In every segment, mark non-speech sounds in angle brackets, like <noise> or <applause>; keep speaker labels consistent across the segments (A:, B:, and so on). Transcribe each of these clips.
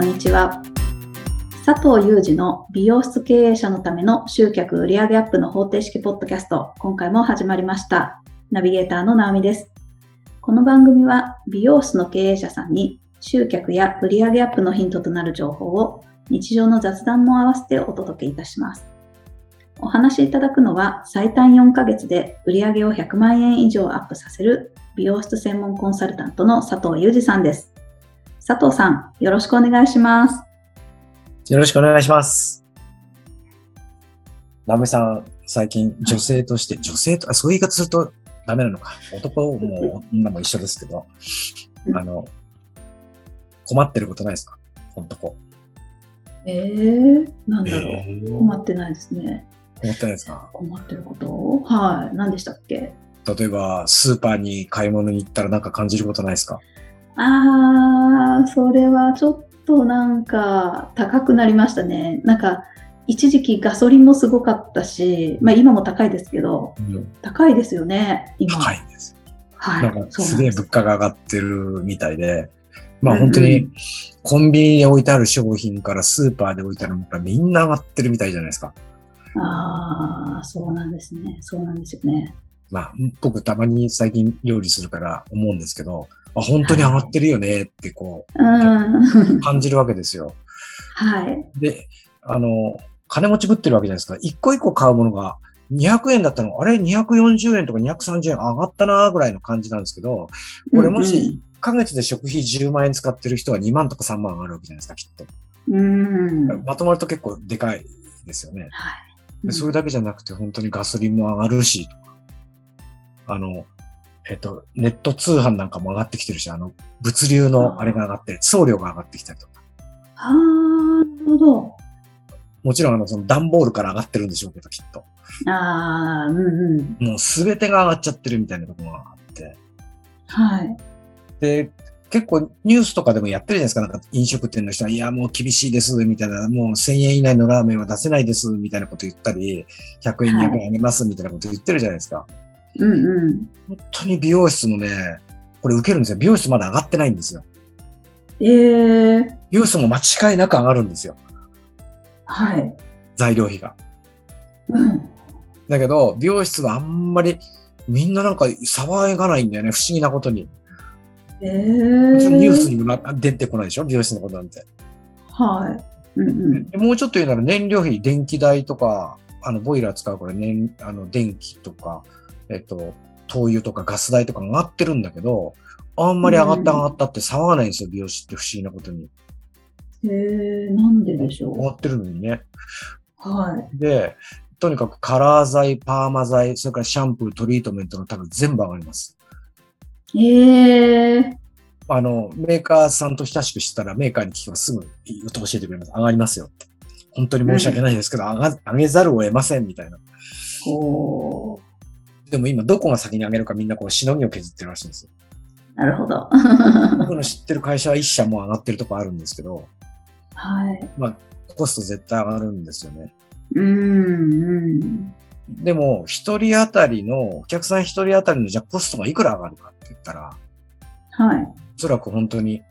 A: にちは。佐藤裕二の美容室経営者のための集客売上アップの方程式ポッドキャスト、今回も始まりました。ナビゲーターの直美です。この番組は美容室の経営者さんに集客や売上アップのヒントとなる情報を日常の雑談も合わせてお届けいたします。お話しいただくのは最短4ヶ月で売上を100万円以上アップさせる美容室専門コンサルタントの佐藤裕二さんです。佐藤さん、よろしくお願いします。
B: よろしくお願いします。ラメさん、最近女性として、女性と、あ、そういう言い方するとダメなのか。男も女も一緒ですけど、あの、困ってることないですかこのとこ。
A: えー、なんだろう、えー、困ってないですね。
B: 困ってないですか
A: 困ってることはい。何でしたっけ
B: 例えば、スーパーに買い物に行ったらなんか感じることないですか
A: ああ、それはちょっとなんか高くなりましたね。なんか、一時期ガソリンもすごかったし、まあ今も高いですけど、うん、高いですよね、今。
B: 高いんです。
A: はい。
B: なんかすげえ物価が上がってるみたいで、まあ本当にコンビニで置いてある商品からスーパーで置いてあるものからみんな上がってるみたいじゃないですか。
A: ああ、そうなんですね。そうなんですよね。
B: まあ、僕たまに最近料理するから思うんですけど、あ本当に上がってるよねってこう、はい、感じるわけですよ。
A: はい。
B: で、あの、金持ちぶってるわけじゃないですか。一個一個買うものが200円だったの、あれ240円とか230円上がったなぐらいの感じなんですけど、これもし1ヶ月で食費10万円使ってる人は2万とか3万上がるわけじゃないですか、きっと。
A: うん。
B: まとまると結構でかいですよね。
A: はい。
B: でそれだけじゃなくて、本当にガソリンも上がるし、あの、えっと、ネット通販なんかも上がってきてるし、あの、物流のあれが上がって、送料が上がってきたりとか。
A: ああ、なるほど。
B: もちろん、あの、その段ボールから上がってるんでしょうけど、きっと。
A: ああ、うんうん。
B: もうすべてが上がっちゃってるみたいなところがあって。
A: はい。、
B: で、結構ニュースとかでもやってるじゃないですか。なんか飲食店の人は、いや、もう厳しいです、みたいな、もう1000円以内のラーメンは出せないです、みたいなこと言ったり、100円、200円あげます、みたいなこと言ってるじゃないですか。はい
A: うんうん。
B: 本当に美容室もね、これ受けるんですよ。美容室まだ上がってないんですよ。
A: ええー。
B: 美容室も間違いなく上がるんですよ。
A: はい。
B: 材料費が。
A: うん。
B: だけど、美容室はあんまり、みんななんか騒がないんだよね、不思議なことに。
A: えー、
B: ニュースにも出てこないでしょ、美容室のことなんて。、
A: はい、うんうん
B: もうちょっと言うなら燃料費、電気代とか、あのボイラー使うから、ね、あの電気とか、えっと、灯油とかガス代とか上がってるんだけど、あんまり上がった上がったって騒がないんですよ、美容師って不思議なことに。
A: へえー、なんででしょう。
B: 上がってるのにね。
A: はい。
B: で、とにかくカラー剤、パーマ剤、それからシャンプー、トリートメントのタグ全部上がります。
A: ええー、
B: あの、メーカーさんと親しくしてたら、メーカーに聞けばすぐ言うと教えてくれます。上がりますよって。本当に申し訳ないですけど、うん、上が上げざるを得ませんみたいな。
A: お
B: でも今、どこが先に上げるかみんなこうしのぎを削ってるらしいんですよ。
A: なるほど。
B: 僕の知ってる会社は1社も上がってるとこあるんですけど、
A: はい。
B: まあ、コスト絶対上がるんですよね。
A: うん。
B: でも、一人当たりの、お客さん一人当たりの、じゃあコストがいくら上がるかって言ったら、
A: はい。
B: おそらく本当に、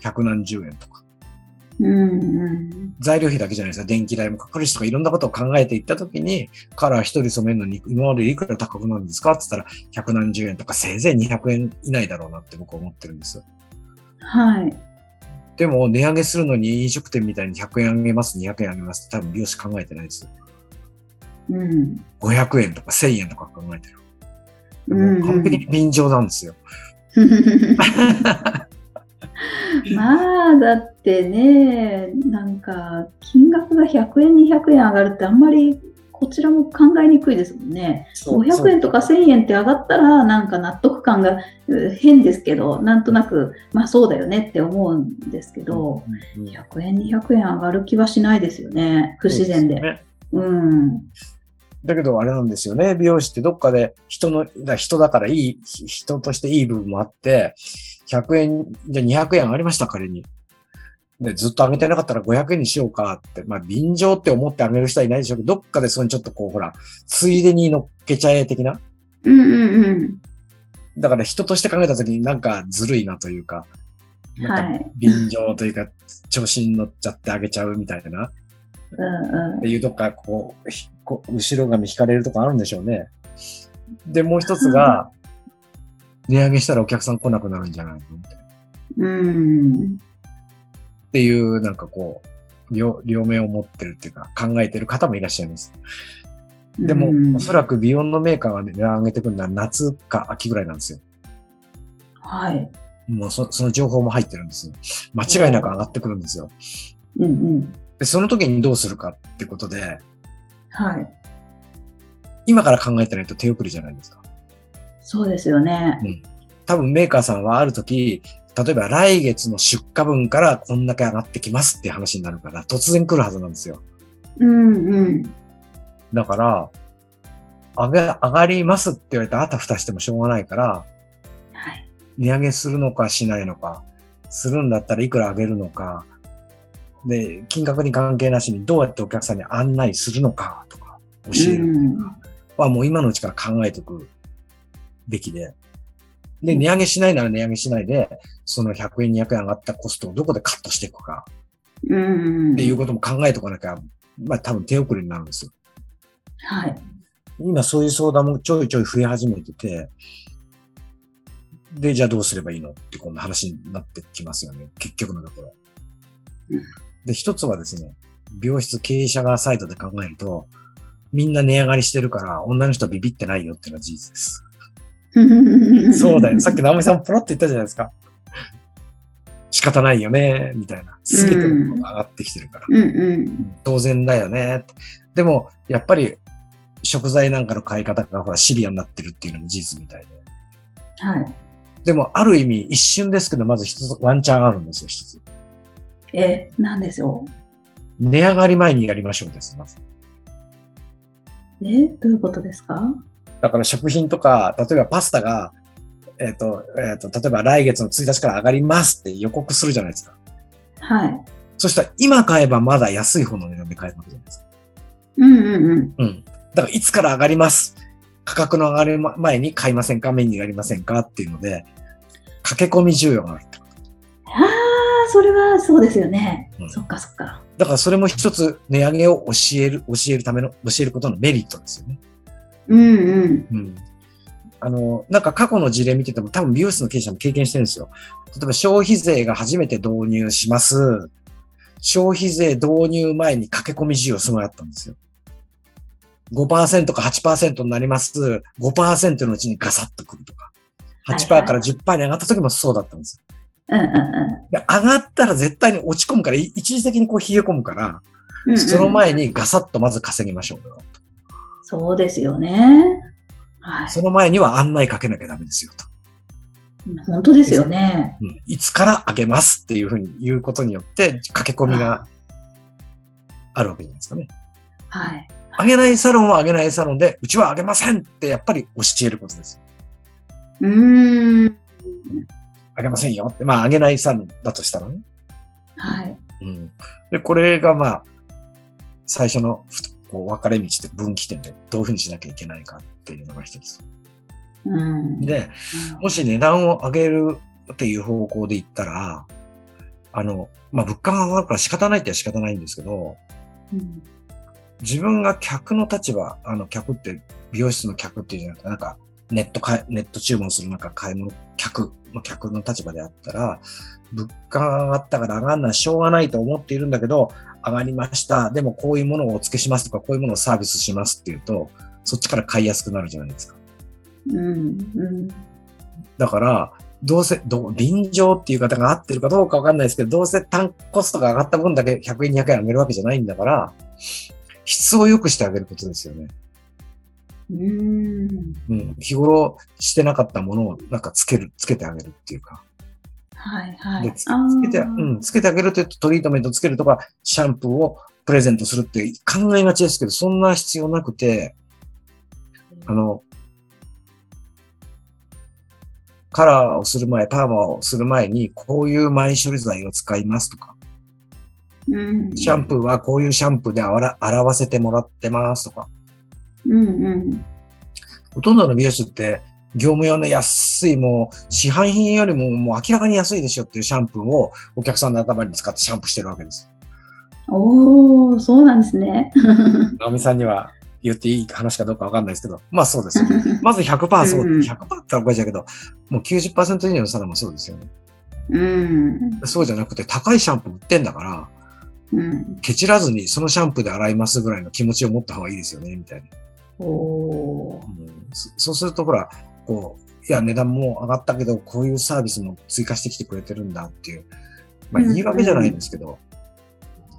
B: 百何十円とか。
A: うんうん、
B: 材料費だけじゃないですか。電気代もかかるしとかいろんなことを考えていったときに、カラー一人染めるのに今までいくら高くなるんですかって言ったら、百何十円とかせいぜい200円以内だろうなって僕は思ってるんです。
A: はい。
B: でも、値上げするのに飲食店みたいに100円上げます、200円上げますって多分美容師考えてないです。
A: うん、
B: 500円とか1000円とか考えてる。もう完璧に便乗なんですよ。
A: <laughs> まあだってねなんか金額が100円200円上がるってあんまりこちらも考えにくいですもんね。500円とか1000円って上がったらなんか納得感が変ですけどなんとなくまあそうだよねって思うんですけど、うんうんうん、100円200円上がる気はしないですよね不自然で。うん、
B: だけどあれなんですよね。美容師ってどっかで人の、だ人だからいい、人としていい部分もあって、100円、じゃ200円上がりました、仮に。で、ずっと上げてなかったら500円にしようかって、まあ、便乗って思って上げる人はいないでしょうけど、どっかでそのちょっとこう、ほら、ついでに乗っけちゃえ的な。
A: うんうんうん。
B: だから人として考えたときになんかずるいなというか、なんか
A: はい
B: 便乗というか、調子に乗っちゃってあげちゃうみたいな、
A: うん
B: っていうとこからこう、ひこう後ろ髪引かれるとかあるんでしょうね。で、もう一つが、値上げしたらお客さん来なくなるんじゃないのって
A: うん。うん。
B: っていう、なんかこう、両両面を持ってるっていうか、考えてる方もいらっしゃいます。でも、
A: うん
B: おそらく美容のメーカーが値上げてくるのは夏か秋ぐらいなんですよ。
A: はい。
B: もうそその情報も入ってるんですよ。間違いなく上がってくるんですよ。
A: うんうん。
B: で、その時にどうするかってことで、
A: はい。
B: 今から考えてないと手遅れじゃないですか。
A: そうですよね。
B: 多分メーカーさんはある時、例えば来月の出荷分からこんだけ上がってきますっていう話になるから、突然来るはずなんですよ。
A: うんうん。
B: だから、上が上がりますって言われてあたふたしてもしょうがないから、
A: はい。
B: 値上げするのかしないのか、するんだったらいくら上げるのか、で、金額に関係なしにどうやってお客さんに案内するのかとか、教える
A: うん
B: はもう今のうちから考えておくべきで。で、値上げしないなら値上げしないで、その100円、200円上がったコストをどこでカットしていくか
A: うんうん。
B: っていうことも考えておかなきゃ、まあ多分手遅れになるんですよ。
A: はい。
B: 今そういう相談もちょいちょい増え始めてて、で、じゃあどうすればいいのってこんな話になってきますよね。結局のところ
A: うん。
B: で、一つはですね、美容室経営者側サイトで考えると、みんな値上がりしてるから、女の人はビビってないよっていうのは事実です。 <laughs> そうだよ。さっき直美さんポロって言ったじゃないですか。仕方ないよね、みたいな。すべてのものが上がってきてるから。
A: うんうん。
B: 当然だよね。でも、やっぱり、食材なんかの買い方がほらシビアになってるっていうのも事実みたいで。
A: はい。
B: でも、ある意味、一瞬ですけど、まず一つ、ワンチャンあるんですよ、一つ。
A: え、なんですよ。
B: 値上がり前にやりましょうです、まず。
A: え、どういうことですか
B: だから食品とか、例えばパスタが、えっ、と、えっ、と、例えば来月の1日から上がりますって予告するじゃないですか。
A: はい。
B: そしたら、今買えばまだ安い方の値段で買えるわけじゃないですか。
A: うんうんうん。
B: うん。だから、いつから上がります価格の上がる前に買いませんかメニューやりませんかっていうので、駆け込み需要があると。
A: ああ、それはそうですよね。
B: うん
A: そっかそっか。
B: だから、それも一つ値上げを教える、教えるための、教えることのメリットですよね。
A: うんうん。
B: うん。あの、なんか過去の事例見てても、多分美容室の経営者も経験してるんですよ。例えば、消費税が初めて導入します。消費税導入前に駆け込み需要すごいあったんですよ。5%か8%になります。5%のうちにガサッとくるとか。
A: はいはい
B: 8%から10%に上がった時もそうだったんですよ。
A: うんう
B: で上がったら絶対に落ち込むから、い一時的にこう冷え込むから、
A: んうん。
B: その
A: うんうん
B: 前にガサッとまず稼ぎましょう。
A: そうですよね。はい。
B: その前には案内かけなきゃダメですよと。
A: 本当ですよね。
B: うんいつからあげますっていうふうに言うことによって、駆け込みがあるわけじゃないですかね。
A: はい。
B: あげないサロンはあげないサロンで、うちはあげませんってやっぱり教えることですよ。
A: うーん。
B: あげませんよって、まああげないサロンだとしたらね。
A: はい。
B: うん、で、これがまあ、最初のふこう分かれ道って分岐点でどういうふうにしなきゃいけないかっていうのが一つ。
A: うん。
B: で、もし値段を上げるっていう方向で言ったら、あの、まあ物価が上がるから仕方ないっては仕方ないんですけど、
A: うん、
B: 自分が客の立場、あの、客って、美容室の客っていうじゃなくて、なんか、ネットかい、ネット注文するなんか買い物、客の客の立場であったら、物価が上がったから上がんない、しょうがないと思っているんだけど、上がりました。でもこういうものをお付けしますとか、こういうものをサービスしますっていうと、そっちから買いやすくなるじゃないですか。
A: うん、うん。
B: だから、どうせ、どう、便乗っていう方が合ってるかどうかわかんないですけど、どうせ単コストが上がった分だけ100円、200円上げるわけじゃないんだから、質を良くしてあげることですよね。
A: うん。
B: うん、日頃してなかったものをなんかつける、つけてあげるっていうか。
A: はい、はい。
B: でつつけて、
A: あ
B: う
A: ー
B: ん、つけてあげるというとトリートメントつけるとか、シャンプーをプレゼントするって考えがちですけど、そんな必要なくて、あの、カラーをする前、パーマをする前に、こういう前処理剤を使いますとか、
A: うん。
B: シャンプーはこういうシャンプーであわら洗わせてもらってますとか、
A: うん、うん。
B: ほとんどの美容室って業務用の安い、もう、市販品よりも、もう明らかに安いでしょっていうシャンプーをお客さんの頭に使ってシャンプーしてるわけです。
A: おお、そうなんですね。
B: 直美さんには言っていい話かどうかわかんないですけど、まあそうですよ。まず100%そう、
A: うん
B: 100%って言ったらおかしいけど、もう90%以上のサラもそうですよね。
A: うん。
B: そうじゃなくて、高いシャンプー売ってんだから、
A: うん。
B: ケチらずにそのシャンプーで洗いますぐらいの気持ちを持った方がいいですよね、みたいな。
A: おおー。
B: うんそそうすると、ほら、こう、いや、値段も上がったけど、こういうサービスも追加してきてくれてるんだっていう、まあ、
A: うん
B: 言い訳じゃないんですけど、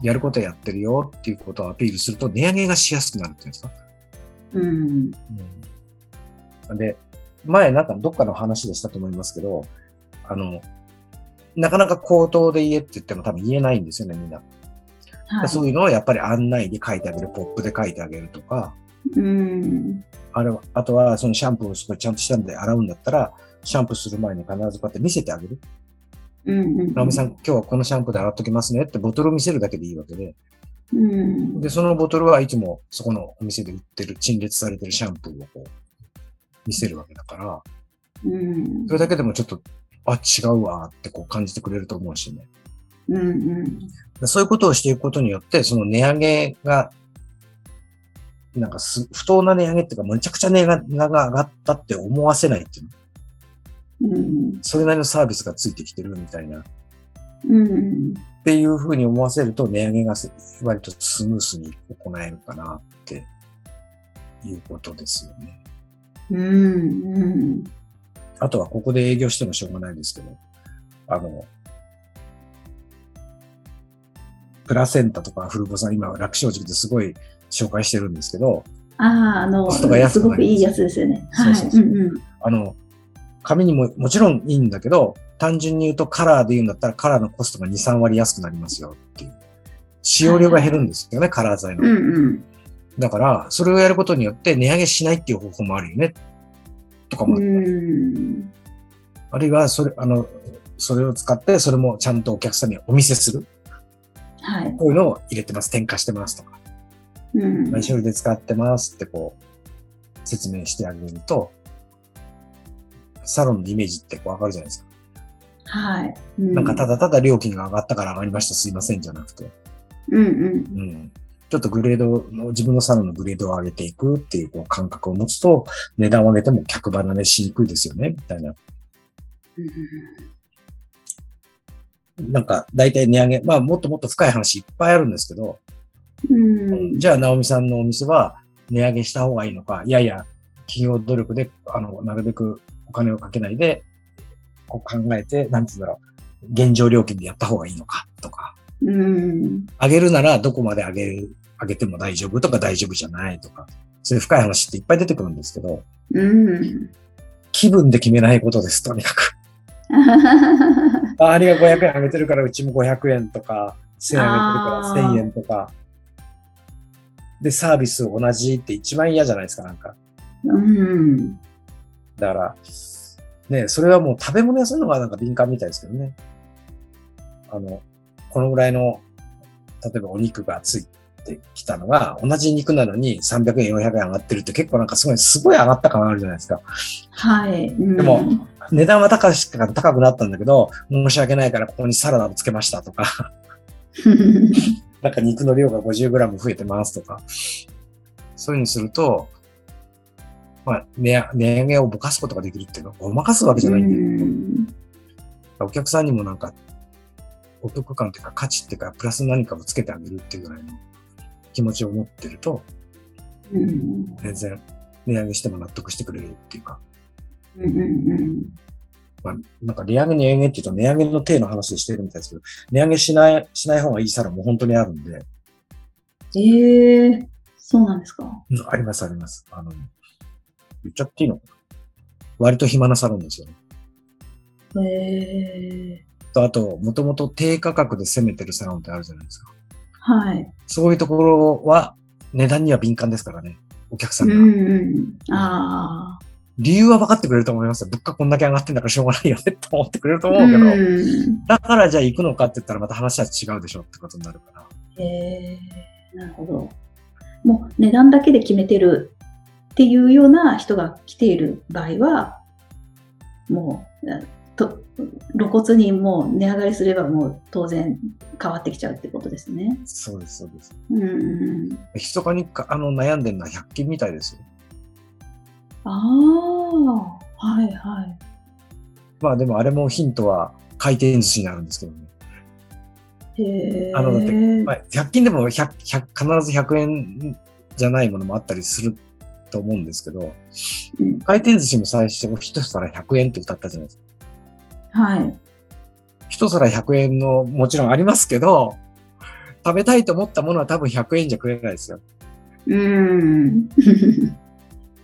B: やることはやってるよっていうことをアピールすると、値上げがしやすくなるっていうんですか。
A: うん。
B: で、前なんかどっかの話でしたと思いますけど、あの、なかなか口頭で言えって言っても多分言えないんですよね、みんな。
A: はい。
B: そういうのをやっぱり案内に書いてあげる、ポップで書いてあげるとか、
A: うん。
B: あれはあとはそのシャンプーをすごいちゃんとしたんで洗うんだったら、シャンプーする前に必ずこうやって見せてあげる。
A: うんうん。
B: 直美さん、今日はこのシャンプーで洗っときますねってボトルを見せるだけでいいわけで。
A: うん。
B: で、そのボトルはいつもそこのお店で売ってる、陳列されてるシャンプーをこう、見せるわけだから、
A: うん
B: そ。れだけでもちょっと、あ、違うわってこう感じてくれると思うしね。
A: うんうん。
B: そういうことをしていくことによって、その値上げが、なんかす不当な値上げっていうか、むちゃくちゃ値が値が上がったって思わせないっていう。
A: うん。
B: それなりのサービスがついてきてるみたいな。っ
A: うん。
B: ていうふうに思わせると、値上げがせ割とスムースに行えるかなっていうことですよね。
A: うん。
B: あとはここで営業してもしょうがないですけど、あの、プラセンタとか古ボさん、今楽勝塾ですごい紹介してるんですけど、
A: ああ、あの、
B: コストが安
A: す
B: く
A: ご
B: なります
A: くいいやつですよね。は
B: そう
A: い。
B: そうそう
A: うんうん。
B: あの、紙にももちろんいいんだけど、単純に言うとカラーで言うんだったらカラーのコストが2、3割安くなりますよっていう。使用量が減るんですよね、カラー剤
A: う
B: の。
A: んうん。
B: だから、それをやることによって値上げしないっていう方法もあるよね。とかもあ
A: う
B: って
A: ん。
B: あるいは、それ、あの、それを使って、それもちゃんとお客さんにお見せする。
A: はい。
B: こういうのを入れてます、添加してますとか、
A: うん。
B: 毎週で使ってますってこう、説明してあげると、サロンのイメージってこう上がるじゃないですか。
A: はい。な
B: な
A: ん
B: かただただ料金が上がったから上がりました、すいませんじゃなくて、
A: うんうん。
B: うん。ちょっとグレードの、自分のサロンのグレードを上げていくっていうこう感覚を持つと、値段を上げても客離れしにくいですよね、みたいな。なんか大体値上げ、まあもっともっと深い話いっぱいあるんですけど、
A: うん。
B: じゃあ、直美さんのお店は値上げした方がいいのか、いやいや、企業努力で、あの、なるべくお金をかけないで、こう考えて、なんて言うんだろう、現状料金でやった方がいいのか、とか、
A: うん。
B: 上げるならどこまで上げる、上げても大丈夫とか大丈夫じゃないとか、そういう深い話っていっぱい出てくるんですけど、
A: うん。
B: 気分で決めないことです、とにかく。あれが500円上げてるから、うちも500円とか、1000円上げてるから
A: あー
B: 1000円とか、で、サービス同じって一番嫌じゃないですか、なんか。
A: うん。
B: だから、ね、それはもう食べ物屋さんの方がなんか敏感みたいですけどね。あの、このぐらいの、例えばお肉がついてきたのが、同じ肉なのに300円、400円上がってるって結構なんかすごい、すごい上がった感あるじゃないですか。
A: はい。で
B: でも、値段は高しか高くなったんだけど、申し訳ないからここにサラダをつけましたとか、なんか肉の量が 50g 増えてますとか、そういうのすると、まあ、値値上げをぼかすことができるっていうのは、ごまかすわけじゃないんだけど、お客さんにもなんか、お得感というか価値っていうか、プラス何かをつけてあげるっていうぐらいの気持ちを持ってると、
A: うん。
B: 全然値上げしても納得してくれるっていうか、
A: うん。
B: まあ、なんか値上げ値上げっていうと値上げの体の話でしてるみたいですけど、値上げしない、しない方がいいサロンも本当にあるんで、
A: ええ、そうなんですか。
B: ありますあります。あの、言っちゃっていいのかな割と暇なサロンですよね。
A: ええ。
B: と、あと、もともと低価格で攻めてるサロンってあるじゃないですか。
A: はい。
B: そういうところは値段には敏感ですからね、お客さ
A: う
B: んが。
A: んうん。ああ。
B: 理由は分かってくれると思いますよ。物価こんだけ上がってんだからしょうがないよねと思ってくれると思うけど、
A: うん。
B: だからじゃあ行くのかって言ったらまた話は違うでしょってことになるから。
A: えー、なるほど。もう値段だけで決めてるっていうような人が来ている場合は、もう、えと露骨にもう値上がりすればもう当然変わってきちゃうってことですね。
B: そうです、そうです。
A: うんうんうん。
B: 密かにかあの悩んでるのは100均みたいですよ。
A: ああ、はいはい。
B: まあでもあれもヒントは回転寿司になるんですけどね。
A: へえ。
B: あのだってまあ、100均でも100 100必ず100円じゃないものもあったりすると思うんですけど、
A: うん
B: 回転寿司も最初一皿100円って歌ったじゃないですか。
A: はい。
B: 一皿100円のもちろんありますけど、食べたいと思ったものは多分100円じゃ食えないですよ。
A: うん。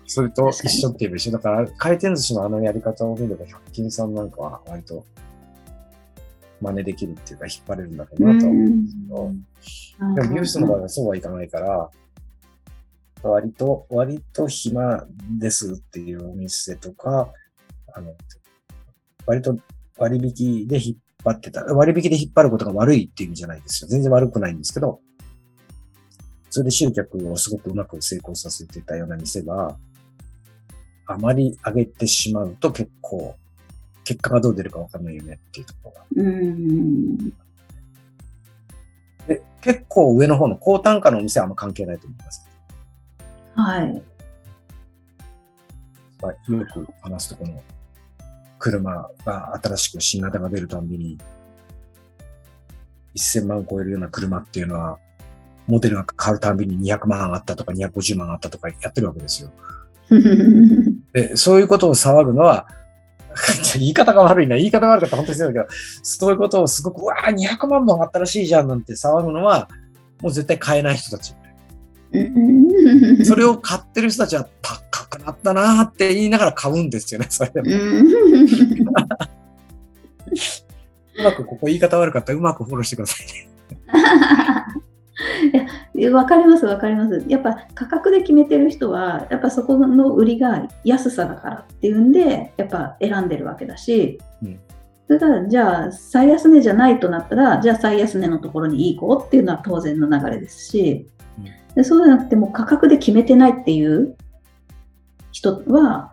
B: それと
A: 確かに
B: 一緒っていうの一緒。だから回転寿司のあのやり方を見れば100均さんなんかは割と真似できるっていうか引っ張れるんだろうなとは思うんですけど、でも美容室の場合はそうはいかないから、割と、割と暇ですっていうお店とか、あの、割と割引で引っ張ってた、割引で引っ張ることが悪いっていう意味じゃないですよ。全然悪くないんですけど、それで集客をすごくうまく成功させてたような店が、あまり上げてしまうと結構、結果がどう出るかわかんないよねっていうところが
A: うん。
B: で結構上の方の高単価のお店はあんま関係ないと思います。 <laughs>
A: はい。
B: まあ、よく話すとこの車が新しく新型が出るたんびに1000万超えるような車っていうのはモデルが変わるたんびに200万上がったとか250万上がったとかやってるわけですよ。で、そういうことを騒ぐのは、 <laughs> 言い方が悪いな、言い方が悪かったら本当にそうだけど、そういうことをすごく、うわー200万も上がったらしいじゃんなんて騒ぐのは、もう絶対買えない人たち。それを買ってる人たちは高くなったなーって言いながら買うんですよね、それでも。
A: うん。
B: うまくここ言い方悪かったらうまくフォローしてくださいね。
A: いやわかりますわかりますやっぱ価格で決めてる人はやっぱそこの売りが安さだからっていうんでやっぱ選んでるわけだし、
B: うん
A: それからじゃあ最安値じゃないとなったらじゃあ最安値のところに行こうっていうのは当然の流れですし、
B: うん
A: でそうじゃなくてもう価格で決めてないっていう人は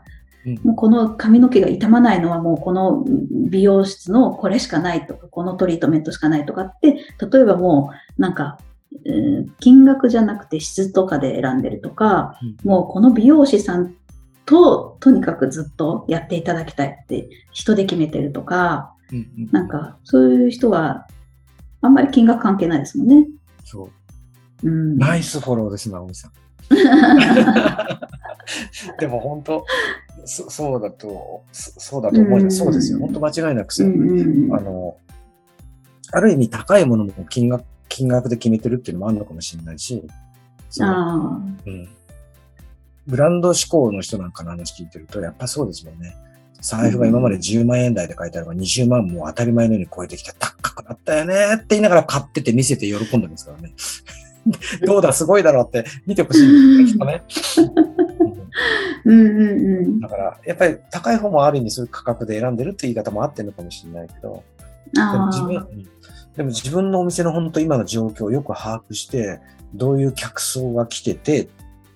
A: もうこの髪の毛が傷まないのはもうこの美容室のこれしかないとか、このトリートメントしかないとかって、例えばもうなんか、うん金額じゃなくて質とかで選んでるとか、もうこの美容師さんととにかくずっとやっていただきたいって人で決めてるとか、
B: うんうん
A: なんかそういう人はあんまり金額関係ないですもんね。
B: そう。
A: うん、
B: ナイスフォローです、直美さん。でも本当、そそうだと、そそうだと思います。
A: うん
B: そうですよ。本当間違いなく
A: う
B: せ、
A: んうんうん
B: あの、ある意味高いものも金額、金額で決めてるっていうのもあるのかもしれないし、その
A: あ
B: うんブランド志向の人なんかの話聞いてると、やっぱそうですもんね。財布が今まで10万円台で書いてあれば20万もう当たり前のように超えてきた。高くなったよねって言いながら買ってて見せて喜んでますからね。どうだ、すごいだろうって見てほしいんですよね。きっとねうん
A: あ、うんうんうん
B: だから、やっぱり高い方もある意味そういう価格で選んでるって言い方もあってるのかもしれないけど、でも
A: あ
B: 自分
A: ー
B: うんでも自分のお店の本当今の状況をよく把握して、どういう客層が来ててっ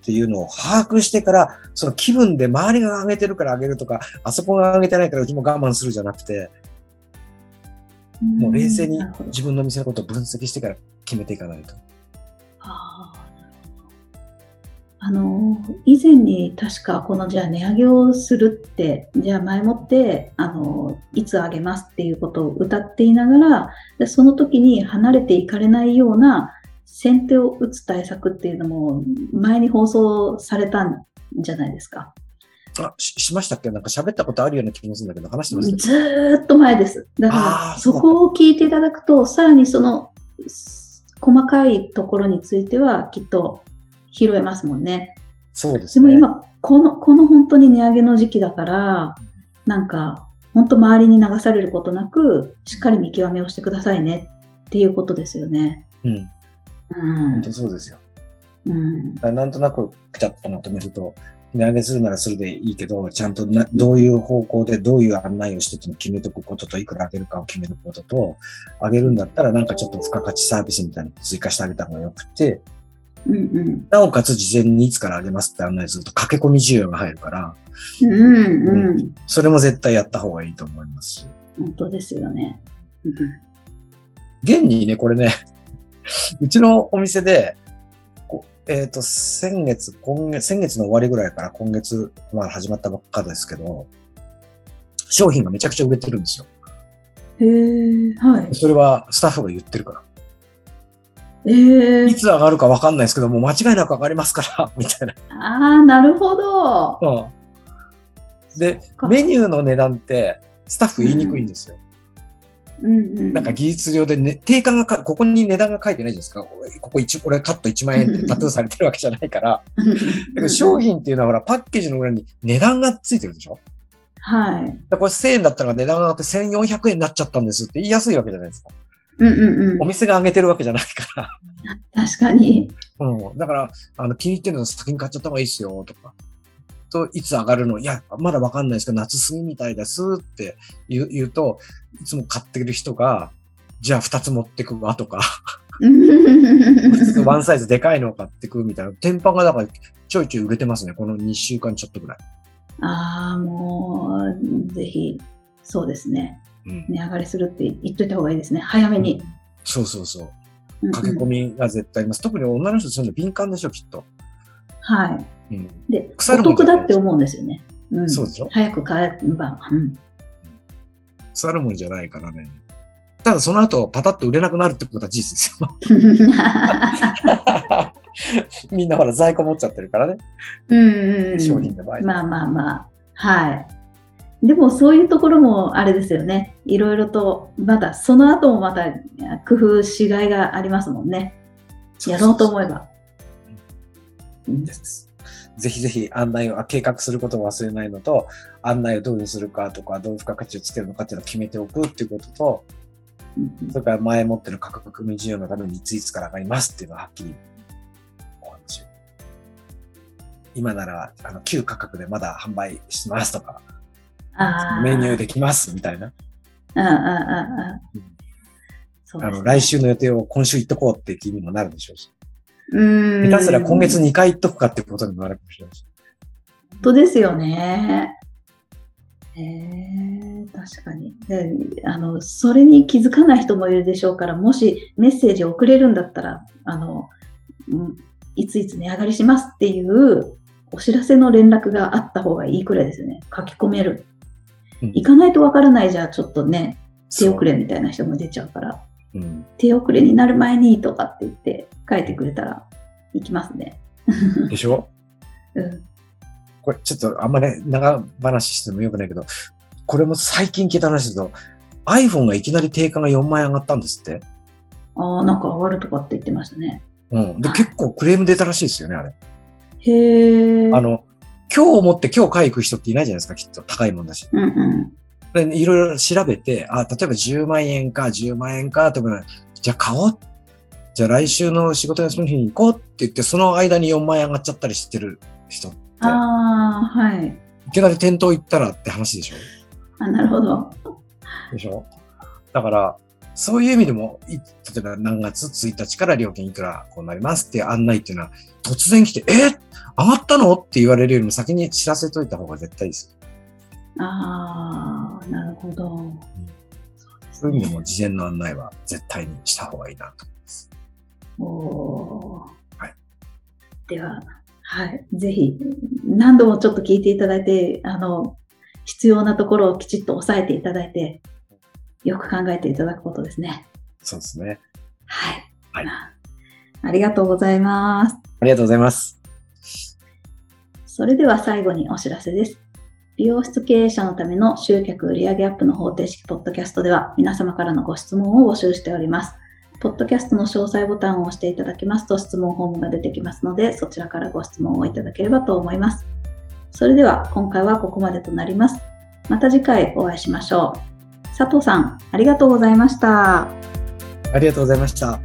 B: ていうのを把握してから、その気分で周りが上げてるから上げるとか、あそこが上げてないからうちも我慢するじゃなくて、もう冷静に
A: なるほど
B: 自分のお店のことを分析してから決めていかないと。
A: あーなるほどあの以前に確かこのじゃあ値上げをするってじゃあ前もってあのいつ上げますっていうことを歌っていながらでその時に離れていかれないような先手を打つ対策っていうのも前に放送されたんじゃないですか。
B: あ、ししましたっけなんか喋ったことあるような気もするんだけど、話してましたっけ
A: ずーっと前です。だか
B: あー
A: ら、そこを聞いていただくと、さらにそのす細かいところについては、きっと拾えますもんね。
B: そうです
A: でも
B: ね。
A: 今、この、この本当に値上げの時期だから、なんか、本当周りに流されることなく、しっかり見極めをしてくださいねっていうことですよね。
B: うん、
A: うん
B: 本当。そうですよ。
A: うん
B: だ。からなんとなくくちゃっとまとめると、値上げするならそれでいいけど、ちゃんとなどういう方向でどういう案内をしてっていうのを決めとくことと、いくら上げるかを決めることと、上げるんだったらなんかちょっと付加価値サービスみたいなのを追加してあげた方がよくて、
A: うんうん。
B: なおかつ事前にいつからあげますって案内すると駆け込み需要が入るから、
A: うんうん。
B: それも絶対やった方がいいと思いますし。
A: 本当ですよね。うん
B: 現にね、これね、 <laughs> うちのお店で、こえっ、と、先月、今月、先月の終わりぐらいから今月、まあ始まったばっかですけど、商品がめちゃくちゃ売れてるんですよ。
A: へえ、はい。
B: それはスタッフが言ってるから。
A: ええ
B: いつ上がるかわかんないですけど、もう間違いなく上がりますから、 <laughs> みたいな。
A: ああ、なるほど。
B: うん、で、メニューの値段って、スタッフ言いにくいんですよ。
A: うんうん。 <laughs>
B: なんか技術上で、ね、定価がか、ここに値段が書いてないじゃないですか。ここ一、俺カット1万円ってタトゥーされてるわけじゃないから。だけど商品っていうのはほら、パッケージの裏に値段がついてるでしょ
A: はい。
B: だからこれ1000円だったら値段が上がって1400円になっちゃったんですって言いやすいわけじゃないですか。
A: うんうんう
B: お
A: ん。
B: 店が上げてるわけじゃないか
A: 確かに。
B: ら。 <laughs> うん。だから、あの、気に入ってるの先に買っちゃった方がいいですよ、とか。と、いつ上がるのいや、まだわかんないですけど、夏過ぎみたいですって言う言うと、いつも買ってる人が、じゃあ2つ持ってくわとか、 <laughs> ワンサイズでかいのを買ってくみたいな。天板がだからちょいちょい売れてますね。この2週間ちょっとぐらい。
A: ああ、もう、ぜひ、そうですね。
B: うん。
A: 値上がりするって言っといた方がいいですね。早めに。
B: そうそうそう。
A: うんうん
B: 駆け込みが絶対あります。特に女の人そういうの敏感でしょ、きっと。
A: はい。
B: うん。
A: で、
B: 腐る
A: お
B: もんじ
A: 得
B: ゃな
A: だ
B: い
A: って思うんですよね。うん、
B: そうでしょ
A: 早く買えば、
B: <laughs>
A: うん。
B: 腐るもんじゃないからね。ただその後、パタッと売れなくなるってことは事実ですよ。 <laughs> みんなほら在庫持っちゃってるからね。
A: うんうんうん
B: 商品の場合。
A: まあまあまあ。はい。でもそういうところもあれですよね。いろいろと、まだその後もまた工夫しがいがありますもんね。やろうと思えば。うん
B: です。ぜひぜひ案内をあ計画することを忘れないのと、案内をどういうふうにするかとか、どういう付加価値をつけるのかっていうのを決めておくっていうことと、
A: うんうん
B: それから前もっての価格組需要のためにいついつから上がりますっていうのははっきりお話を今ならあの旧価格でまだ販売しますとか、
A: あー
B: メニューできますみたいな。
A: うんうんうんうん
B: うん
A: そう
B: あ
A: ですね
B: の、来週の予定を今週行っとこうって気にもなるでしょうし。
A: うん
B: 下手すら今月2回行っとくかってことにもなるかもしれないし。
A: 本当ですよね。えー確かにであの。それに気づかない人もいるでしょうから、もしメッセージを送れるんだったら、あのうんいついつ値上がりしますっていうお知らせの連絡があった方がいいくらいですよね。書き込める。
B: うん
A: 行かないとわからないじゃあちょっとね、手遅
B: れ。
A: れみたいな人も出ちゃうから、
B: うん。
A: 手遅れになる前にとかって言って書いてくれたら行きますね。
B: でしょ
A: うん
B: これちょっとあんまね、長話してもよくないけど、これも最近聞いた話だと、iPhone がいきなり定価が4万円上がったんですって。
A: ああ、なんか上がるとかって言ってましたね。
B: うん。で、結構クレーム出たらしいですよね、あれ。
A: へえ。
B: あの、今日をもって今日買い行く人っていないじゃないですか、きっと。高いもんだし。
A: うんうん。
B: でいろいろ調べて、あ、例えば10万円か、10万円か、とか、じゃあ買おう。じゃあ来週の仕事休みの日に行こうって言って、その間に4万円上がっちゃったりしてる人って、
A: ああ、はい。
B: いきなり店頭行ったらって話でしょ
A: あなるほど。
B: でしょだから、そういう意味でも、い例えば何月1日から料金いくらこうなりますっていう案内っていうのは、突然来て、え上がったのって言われるよりも先に知らせといた方が絶対いいですよ。
A: ああ、なるほど。
B: そういう意味でも事前の案内は絶対にした方がいいなと。
A: おおー。
B: はい
A: では、はい。ぜひ、何度もちょっと聞いていただいて、あの、必要なところをきちっと押さえていただいて、よく考えていただくことですね。
B: そうですね。
A: はい。
B: はい
A: ありがとうございます。
B: ありがとうございます。
A: それでは最後にお知らせです。美容室経営者のための集客売上アップの方程式ポッドキャストでは皆様からのご質問を募集しております。ポッドキャストの詳細ボタンを押していただきますと質問フォームが出てきますのでそちらからご質問をいただければと思います。それでは今回はここまでとなります。また次回お会いしましょう。佐藤さん、ありがとうございました。
B: ありがとうございました。